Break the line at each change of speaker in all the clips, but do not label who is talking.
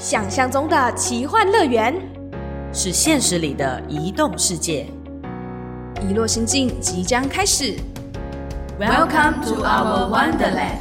想象中的奇幻乐园，
是现实里的移动世界。
遗落心境即将开始。
Welcome to our Wonderland。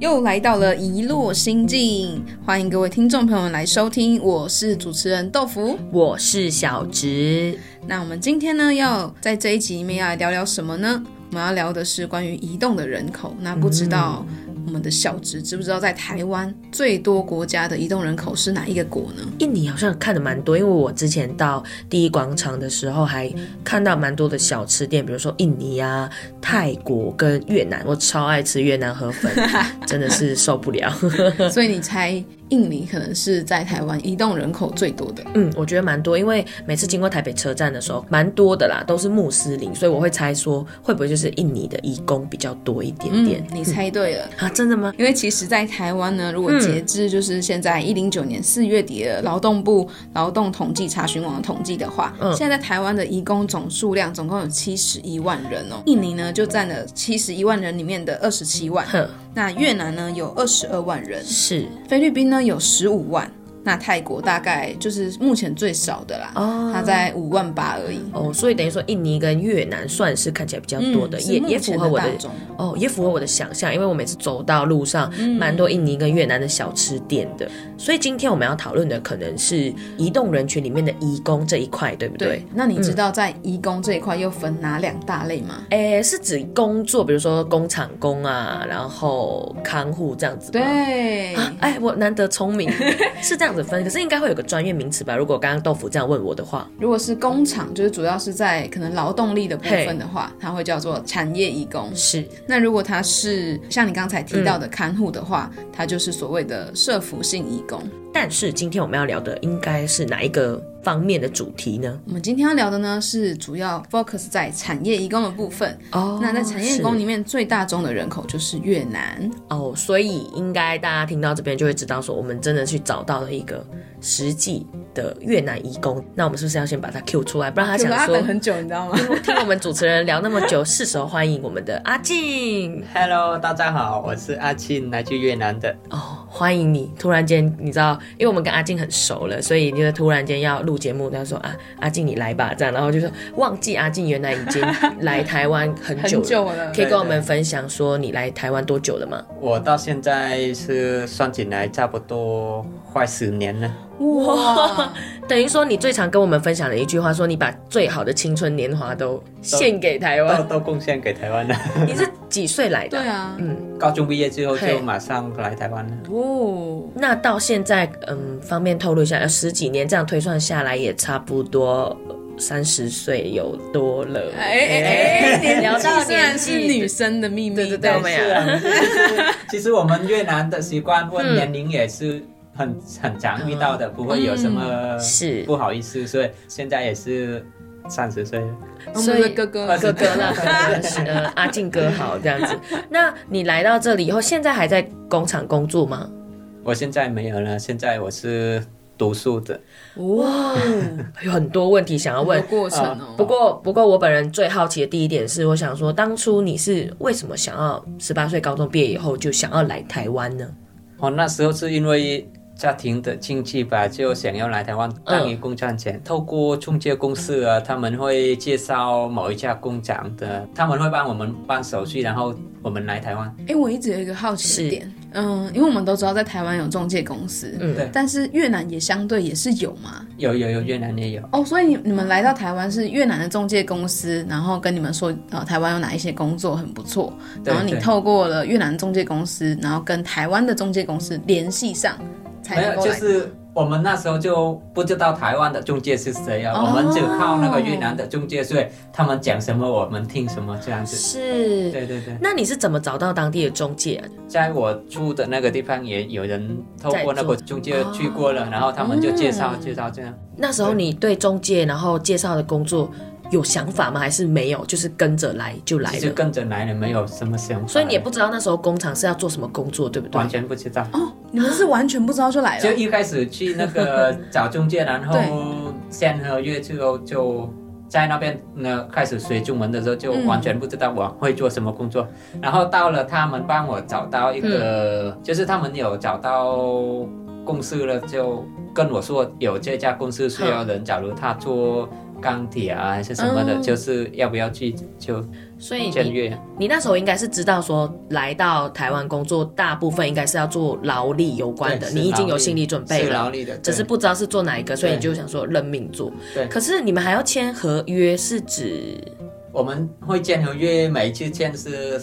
又来到了一落心境，欢迎各位听众朋友来收听，我是主持人豆腐。
我是小植，
那我们今天呢，要在这一集里面要来聊聊什么呢？我们要聊的是关于移动的人口。那不知道嗯我们的小植知不知道，在台湾最多国家的移动人口是哪一个国呢？
印尼好像看的蛮多，因为我之前到第一广场的时候，还看到蛮多的小吃店，比如说印尼啊、泰国跟越南，我超爱吃越南河粉，真的是受不了。
所以你猜印尼可能是在台湾移动人口最多的。
嗯，我觉得蛮多，因为每次经过台北车站的时候，蛮多的啦，都是穆斯林，所以我会猜说会不会就是印尼的移工比较多一点点、
你猜对了。
啊？真的吗？
因为其实，在台湾呢，如果截
嗯
至就是现在一零九年四月底的劳动部劳动统计查询网的统计的话，
嗯
现在在台湾的移工总数量总共有七十一万人
嗯
哦，印尼呢就占了七十一万人里面的二十七万，
哼，
那越南呢有二十二万人，
是
菲律宾呢有十五万，那泰国大概就是目前最少的啦，
哦
它在五万八而已，
哦，所以等于说印尼跟越南算是看起来比较多的，
嗯是
也
目
也
前
符合我
大
的
众
哦，也符合我的想象，因为我每次走到路上，
嗯
蛮多印尼跟越南的小吃店的。所以今天我们要讨论的可能是移动人群里面的移工这一块，对不对嗯
对，？那你知道在移工这一块又分哪两大类吗？
诶，是指工作，比如说工厂工啊，然后看护这样子吗。
对，
啊，哎，我难得聪 明，是这样子分，可是应该会有个专业名词吧？如果刚刚豆腐这样问我的话，
如果是工厂，就是主要是在可能劳动力的部分的话，它会叫做产业移工。
是
那如果它是像你刚才提到的看护的话，它就是所谓的社服性移工。
但是今天我们要聊的应该是哪一个方面的主题呢？
我们今天要聊的呢，是主要 focus 在产业移工的部分。
哦
那在产业移工里
面
面，最大宗的人口就是越南。
哦，所以应该大家听到这边就会知道，说我们真的去找到了一个实际的越南移工。那我们是不是要先把他 Q 出来？不然他
可
想
能要
说
等很久，你知道吗？
听我们主持人聊那么久，是时候欢迎我们的阿静
Hello，大家好，我是阿庆，来自越南的。
哦，欢迎你！突然间，你知道，因为我们跟阿静很熟了，所以就是突然间要录节目，他说啊，阿静你来吧，这样，然后就说忘记阿静原来已经来台湾很久
很
了。
久了
可以
对
跟我
对
们分享说你来台湾多久了吗？
我到现在是算起来差不多快十年了。
哇，
等于说你最常跟我们分享的一句话，说你把最好的青春年华都献给台
都
湾。
都贡献给台湾了。
你是几岁来的？
哦对啊，
高中毕业之后
嘿
就马上来台 湾了。
哦，
那到现在，嗯，方便透露一下，呃，十几年这样推算下来，也差不多三十岁有多了。
哎哎哎，年
聊
纪
到
虽然
年
是
纪
女生的秘密，
对对对
但
我们也
是啊，其实我们越南的习 惯
嗯
问年龄也是很很常遇到的，不会有什么
是
不好意思，所以现在也是三十岁了。
我
所
们
以
的哥哥
二
哥
十
哥 啦，呃，阿静哥好这样子。那你来到这里以后，现在还在工厂工作吗？
我现在没有了，现在我是读书的。
哇，
有很多问题想要
有
问。
过程哦。
不过，不过我本人最好奇的第一点是，我想说，当初你是为什么想要十八岁高中毕业以后就想要来台湾呢？
我哦那时候是因为家庭的经济吧，就想要来台湾当义工赚钱。透过中介公司啊，他们会介绍某一家工厂的，他们会帮我们办手续，然后我们来台湾。
哎、我一直有一个好奇的点，嗯，因为我们都知道在台湾有中介公司，
嗯
对，
但是越南也相对也是有嘛。
有有有越南也有，
哦，所以你你们来到台湾是越南的中介公司，然后跟你们说，呃，台湾有哪一些工作很不错，
对
然后你
对
透过了越南中介公司，然后跟台湾的中介公司联系上，才
没
能
有
够
就
来。
是。我们那时候就不知道台湾的中介是谁啊，
哦
我们只靠那个越南的中介，所以他们讲什么我们听什么这样子。
是，
对对对，
那你是怎么找到当地的中介啊？
在我住的那个地方也有人透过那个中介去过了，然后他们就介绍、介绍这样。
那时候你对中介然后介绍的工作有想法吗？还是没有？就是跟着来就来
其实
了，
跟着来了，没有什么想法，
所以你也不知道那时候工厂是要做什么工作，对不对
完？全不知道。
哦你们是完全不知道就来了
就， 一开始去那个找中介，然
对
后先合约之后就在那边呢开始学中文的时候，
嗯
就完全不知道我会做什么工作。然后到了他们帮我找到一个，
嗯
就是他们有找到公司了，就跟我说有这家公司需要人，假如他做钢铁啊还是什么的，
嗯
就是要不要去就
所以
签
你
约。
你那时候应该是知道说，来到台湾工作，大部分应该是要做劳力有关的，
对是
你已经有
劳力
心理准备
是劳
了，
力的，
只是
对
不知道是做哪一个，所以你
对
就想说认命做。
对
可是你们还要签合约，是指
我们会签合约，每一次签是，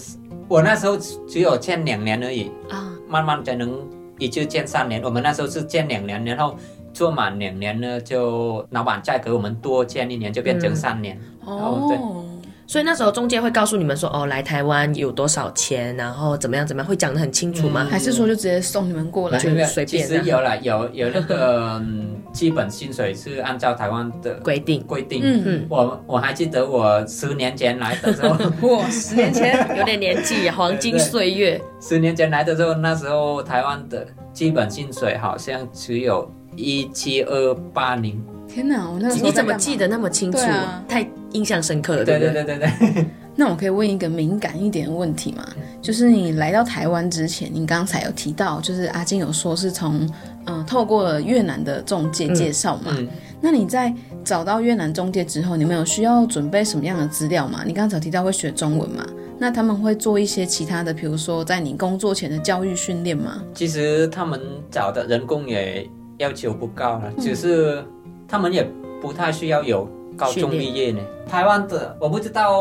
我那时候只有签两年而已，
啊，
慢慢才能一次签三年。我们那时候是签两年，然后做满两年呢，就老板再给我们多签一年，就变成
嗯
三年。哦，
所以那时候中介会告诉你们说，哦，来台湾有多少钱，然后怎么样怎么样，会讲得很清楚吗？
嗯
还是说就直接送你们过来
就？是随
其
便啊
实
的
有了有有那个、嗯基本薪水是按照台湾的
规定？
规定。
嗯，
我我还记得我十年前来的 时候，
哇，十年前
有点年纪，黄金岁月，
十年前来的时候，那时候台湾的基本薪水好像只有一七二八零。
天哪，我那个时候
你怎么
在干嘛
记得？那么清楚
对啊？
太印象深刻了，
对
不
对对对对，
那我可以问一个敏感一点的问题吗？就是你来到台湾之前，你刚才有提到，就是阿金有说是从嗯、呃透过了越南的中介介绍嘛？
嗯，
那你在找到越南中介之后，你们有需要准备什么样的资料吗？你刚才有提到会学中文嘛？那他们会做一些其他的，比如说在你工作前的教育训练吗？
其实他们找的人工也要求不高
嗯
了，只是他们也不太需要有高中毕业呢。台湾的我不知道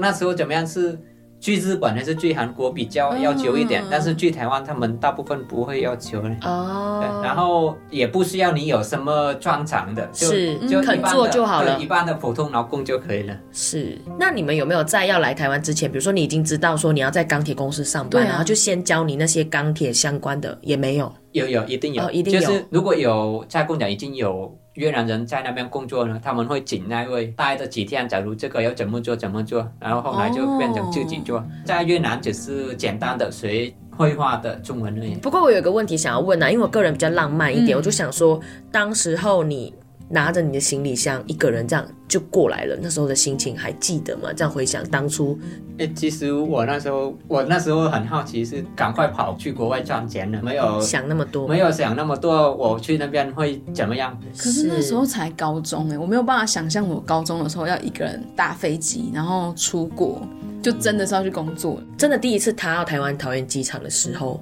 那时候怎么样，是去日本还是去韩国比较要求一
嗯
点，但是去台湾他们大部分不会要求呢。
哦
对，然后也不需要你有什么专长的，就是就
嗯肯
一般
做
的
就好
对
了
一般的普通劳工就可以了。
是，那你们有没有在要来台湾之前，比如说你已经知道说你要在钢铁公司上
对
班，
啊
然后就先教你那些钢铁相关的，也没有
有有一定有，
哦一定有
就是如果有在工厂已经有越南人在那边工作呢，他们会请那位待的几天，假如这个要怎么做怎么做，然后后来就变成自己做。在越南只是简单的学绘画的中文而已。
不过我有个问题想要问啊，因为我个人比较浪漫一
嗯
点，我就想说，当时候你拿着你的行李箱一个人这样就过来了，那时候的心情还记得吗？这样回想当初，
诶，其实我那时候我那时候很好奇，是赶快跑去国外赚钱了，没有
想那么多，
没有想那么多，我去那边会怎么样？
可是那时候才高中哎、我没有办法想象我高中的时候要一个人搭飞机，然后出国，就真的是要去工作。
真的第一次踏到台湾桃园机场的时候，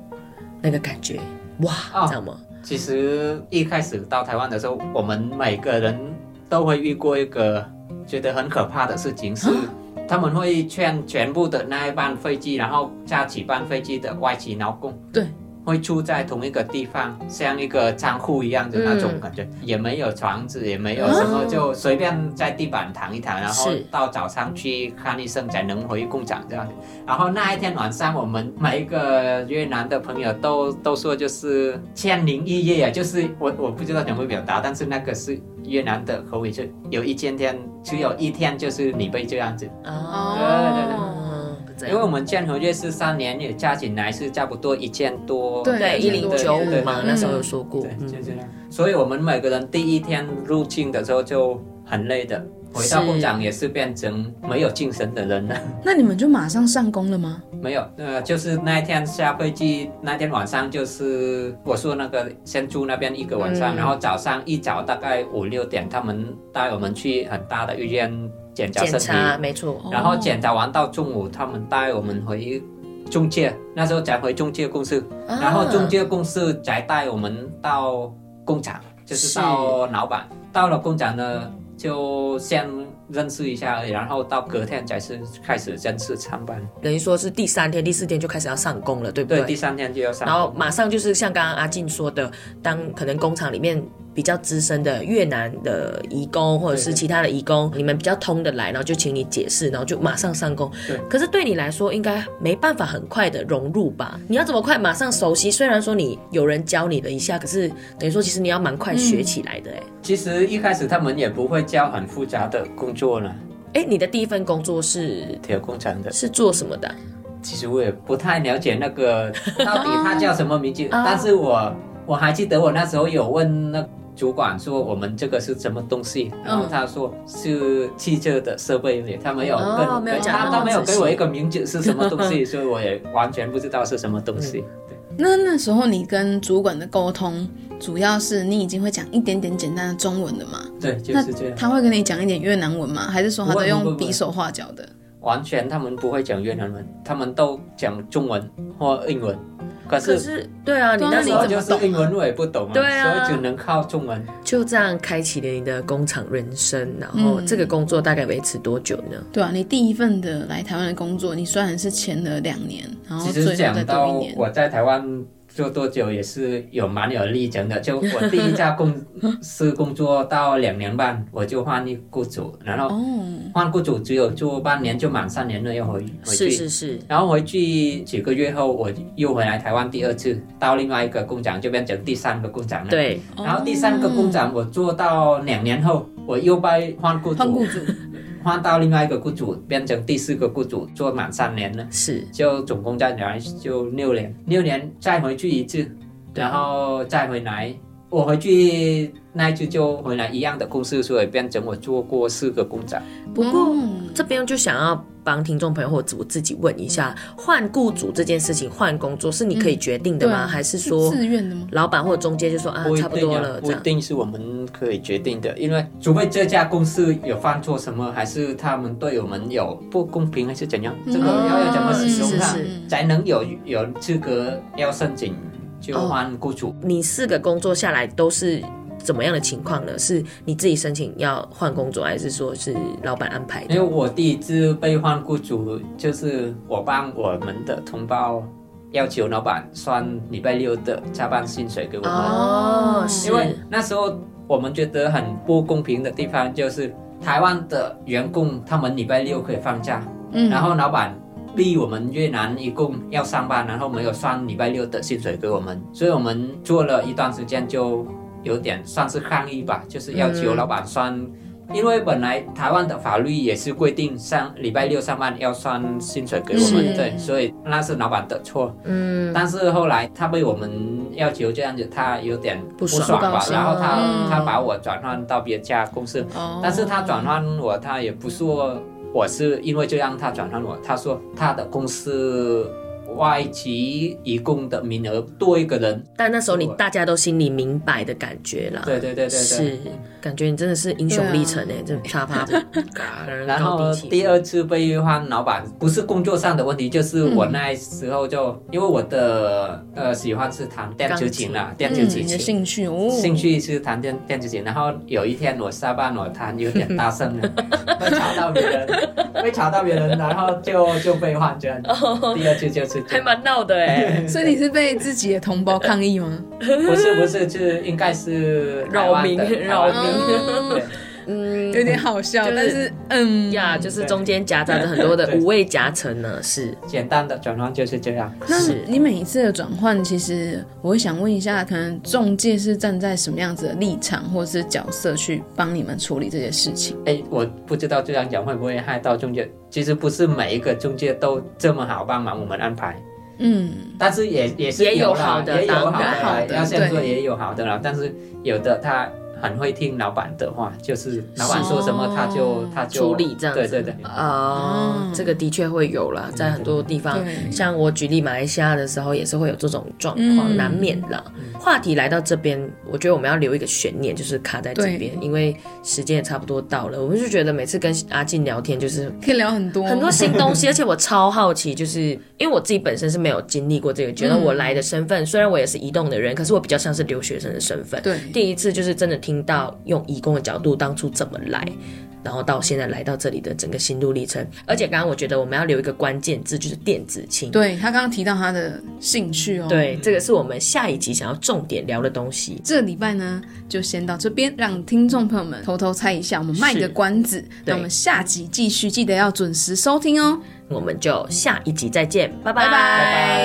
那个感觉哇，
哦
知道吗？
其实一开始到台湾的时候，我们每个人都会遇过一个觉得很可怕的事情，是他们会劝全部的那一班飞机，然后加几班飞机的外籍劳工，
对，
会住在同一个地方，像一个仓库一样的那种感觉，也没有床子，也没有什么，就随便在地板躺一躺，然后
啊是
到早上去看医生才能回工厂这样。然后那一天晚上，我们每一个越南的朋友都都说就是千零一夜啊，就是我我不知道怎么表达，但是那个是越南的口语，就有一千天，只有一天就是你被这样子。
哦，对
因为我们签合约是三年，也加起来是差不多一千多，
对
对一
对
零
对
九
对
五嘛，
对
那时候有说过
对，，
嗯
就这样。所以我们每个人第一天入境的时候就很累的，回到
是
工厂也是变成没有精神的人了。
那你们就马上上工了吗？
没有，呃，就是那一天下飞机那天晚上，就是我说那个先住那边一个晚上，
嗯
然后早上一早大概五六点，他们带我们去很大的医院检查
检
身
查
体，
没
哦
错，
哦然后检查完到中午，他们带我们回中介，那时候才回中介公司，
啊
然后中介公司才带我们到工厂，就是
是
到老板。到了工厂呢，就先认识一下而已，然后到隔天才是开始正式上班。
等于说是第三天、第四天就开始要上工了，对不
对，第三天就要上
然
班。
后马上就是像刚刚阿静说的，当可能工厂里面比较资深的越南的移工或者是
对对
其他的移工，你们比较通的来，然后就请你解释，然后就马上上工
对。
可是对你来说，应该没办法很快的融入吧？你要怎么快马上熟悉？虽然说你有人教你了一下，可是等于说其实你要蛮
嗯
快学起来的、欸。
其实一开始他们也不会教很复杂的工作呢，
哎、你的第一份工作是
铁工厂的。
是做什么的啊？
其实我也不太了解那
啊
个到底它叫什么名字，但是我我还记得我那时候有问那主管说我们这个是什么东西，
嗯
然后他说是汽车的设备，他没有跟、
哦没有
跟
讲
他
到
他没有
仔
给
细
我一个名字是什么东西，所以我也完全不知道是什么东西。对，
那那时候你跟主管的沟通，主要是你已经会讲一点点简单的中文了嘛？
嗯
对，就
那
是这样。
他会跟你讲一点越南文吗？还是说他
不
都
会不会
用
不会
比手画脚的？
完全他们不会讲越南文，他们都讲中文或英文。可
可
是
是对啊，你
对啊
那
那
时
时
候
候
你怎
就
么
是英文我也不懂啊，
对啊
所以只能靠中文。
就这样开启了你的工厂人生，然后
嗯
这个工作大概维持多久呢？
对啊，你第一份的来台湾的工作，你虽然是签了两年，然后
其
最后
实
再
讲
多
到
一年，
我在台湾做多久也是有蛮有历程的。就我第一家公司工作到两年半，我就换一雇主，然后
哦
换雇主只有做半年就满三年了，又回回
是
去。
是是，
然后回去几个月后，我又回来台湾第二次，到另外一个工厂就变成第三个工厂了。
对，
然后第三个工厂我做到两年后，我又被换雇
换雇
主，
主，
换到另外一个雇主，变成第四个雇主，做满三年了，
是
就总共再来就六年，六年再回去一次，然后再回来。我回去那一次就回来一样的公司，所以变成我做过四个工厂。
不
哦
过、这边就想要帮听众朋友或者我自己问一下，换雇主这件事情，换工作是你可以决定的
对
吗？
啊，
还是
是
说
自愿的吗？
老板或中介就说啊
不一
差不多
定
了
啊，
这
不一
样？
定是我们可以决定的，因为除非这家公司有犯错什么，还是他们对我们有不公平，还是怎样，这个要要
嗯
怎么使用它，
嗯是是
才能有有资格要申请就换雇主。
你四个工作下来都是怎么样的情况呢？是你自己申请要换工作，还是说是老板安排
因
的？
为我第一次被换雇主，就是我帮我们的同胞要求老板算礼拜六的加班薪水给我们。
哦，是
因为那时候我们觉得很不公平的地方就是，台湾的员工他们礼拜六可以放假，
嗯
然后老板逼我们越南一共要上班，然后没有算礼拜六的薪水给我们，所以我们做了一段时间就有点算是抗议吧，就是要求老板算。因为本来台湾的法律也是规定上礼拜六上班要算薪水给我们，
是
对，所以那是老板的错。
嗯，
但是后来他被我们要求这样子，他有点
不
不
爽
爽
不高
吧，
兴
然后他、
嗯
他把我转换到别家公司，
哦
但是他转换我，他也不说我是因为这样他转换我，他说他的公司外籍移工的名额多一个人，
但那时候你大家都心里明白的感觉啦。
对对对对对，
啊是，感觉你真的是英雄历程哎、这啪啪 啪，嘎
然后第，二次被换老板，不是工作上的问题，就是我那时候就、因为我的呃喜欢是弹电子琴啦，电子
嗯，
琴
你的兴趣哦，
兴趣是弹电电子琴，然后有一天我下班我弹有点大声了，被吵到别人，被吵到别人，然后就就被换针。第二次就是这
还
样，
蛮闹的哎、
所以你是被自己的同胞抗议吗？
不是不是，是应该是台
扰
湾的
民
台湾的
扰民
对，
嗯，
有点好笑，
就是
但是嗯
呀，就是中间夹杂着很多的
对
五味杂陈呢，是
简单的转换就是这样。
那
是
你每一次的转换，其实我会想问一下，可能中介是站在什么样子的立场或是角色去帮你们处理这些事情？
哎，我不知道这样讲会不会害到中介。其实不是每一个中介都这么好帮忙我们安排，
嗯，
但是也也是
也有
有啦
好的
也有
当
好
然
啦
好的
要先说
对
也有好的啦，但是有的他很会听老板的话，就是老板说什么他就他就
哦处理这样子
对对对，
哦，这个的确会有啦，在很多地方，
对
像我举例马来西亚的时候，也是会有这种状况，
嗯
难免啦。话题来到这边，我觉得我们要留一个悬念，就是卡在这
对
边，因为时间也差不多到了。我们就觉得每次跟阿静聊天，就是
可以聊很多
很多新东西，而且我超好奇，就是因为我自己本身是没有经历过这个，觉得我来的身份、虽然我也是移动的人，可是我比较像是留学生的身份。
对
第一次就是真的听到用义工的角度当初怎么来。然后到现在来到这里的整个心路历程，而且刚刚我觉得我们要留一个关键字，就是电子琴。
对他刚刚提到他的兴趣哦，，
对，这个是我们下一集想要重点聊的东西。
这礼拜呢就先到这边，让听众朋友们偷偷猜一下，我们卖一个
是
关子，那我们下集继续，记得要准时收听哦，
我们就下一集再见，拜拜
拜拜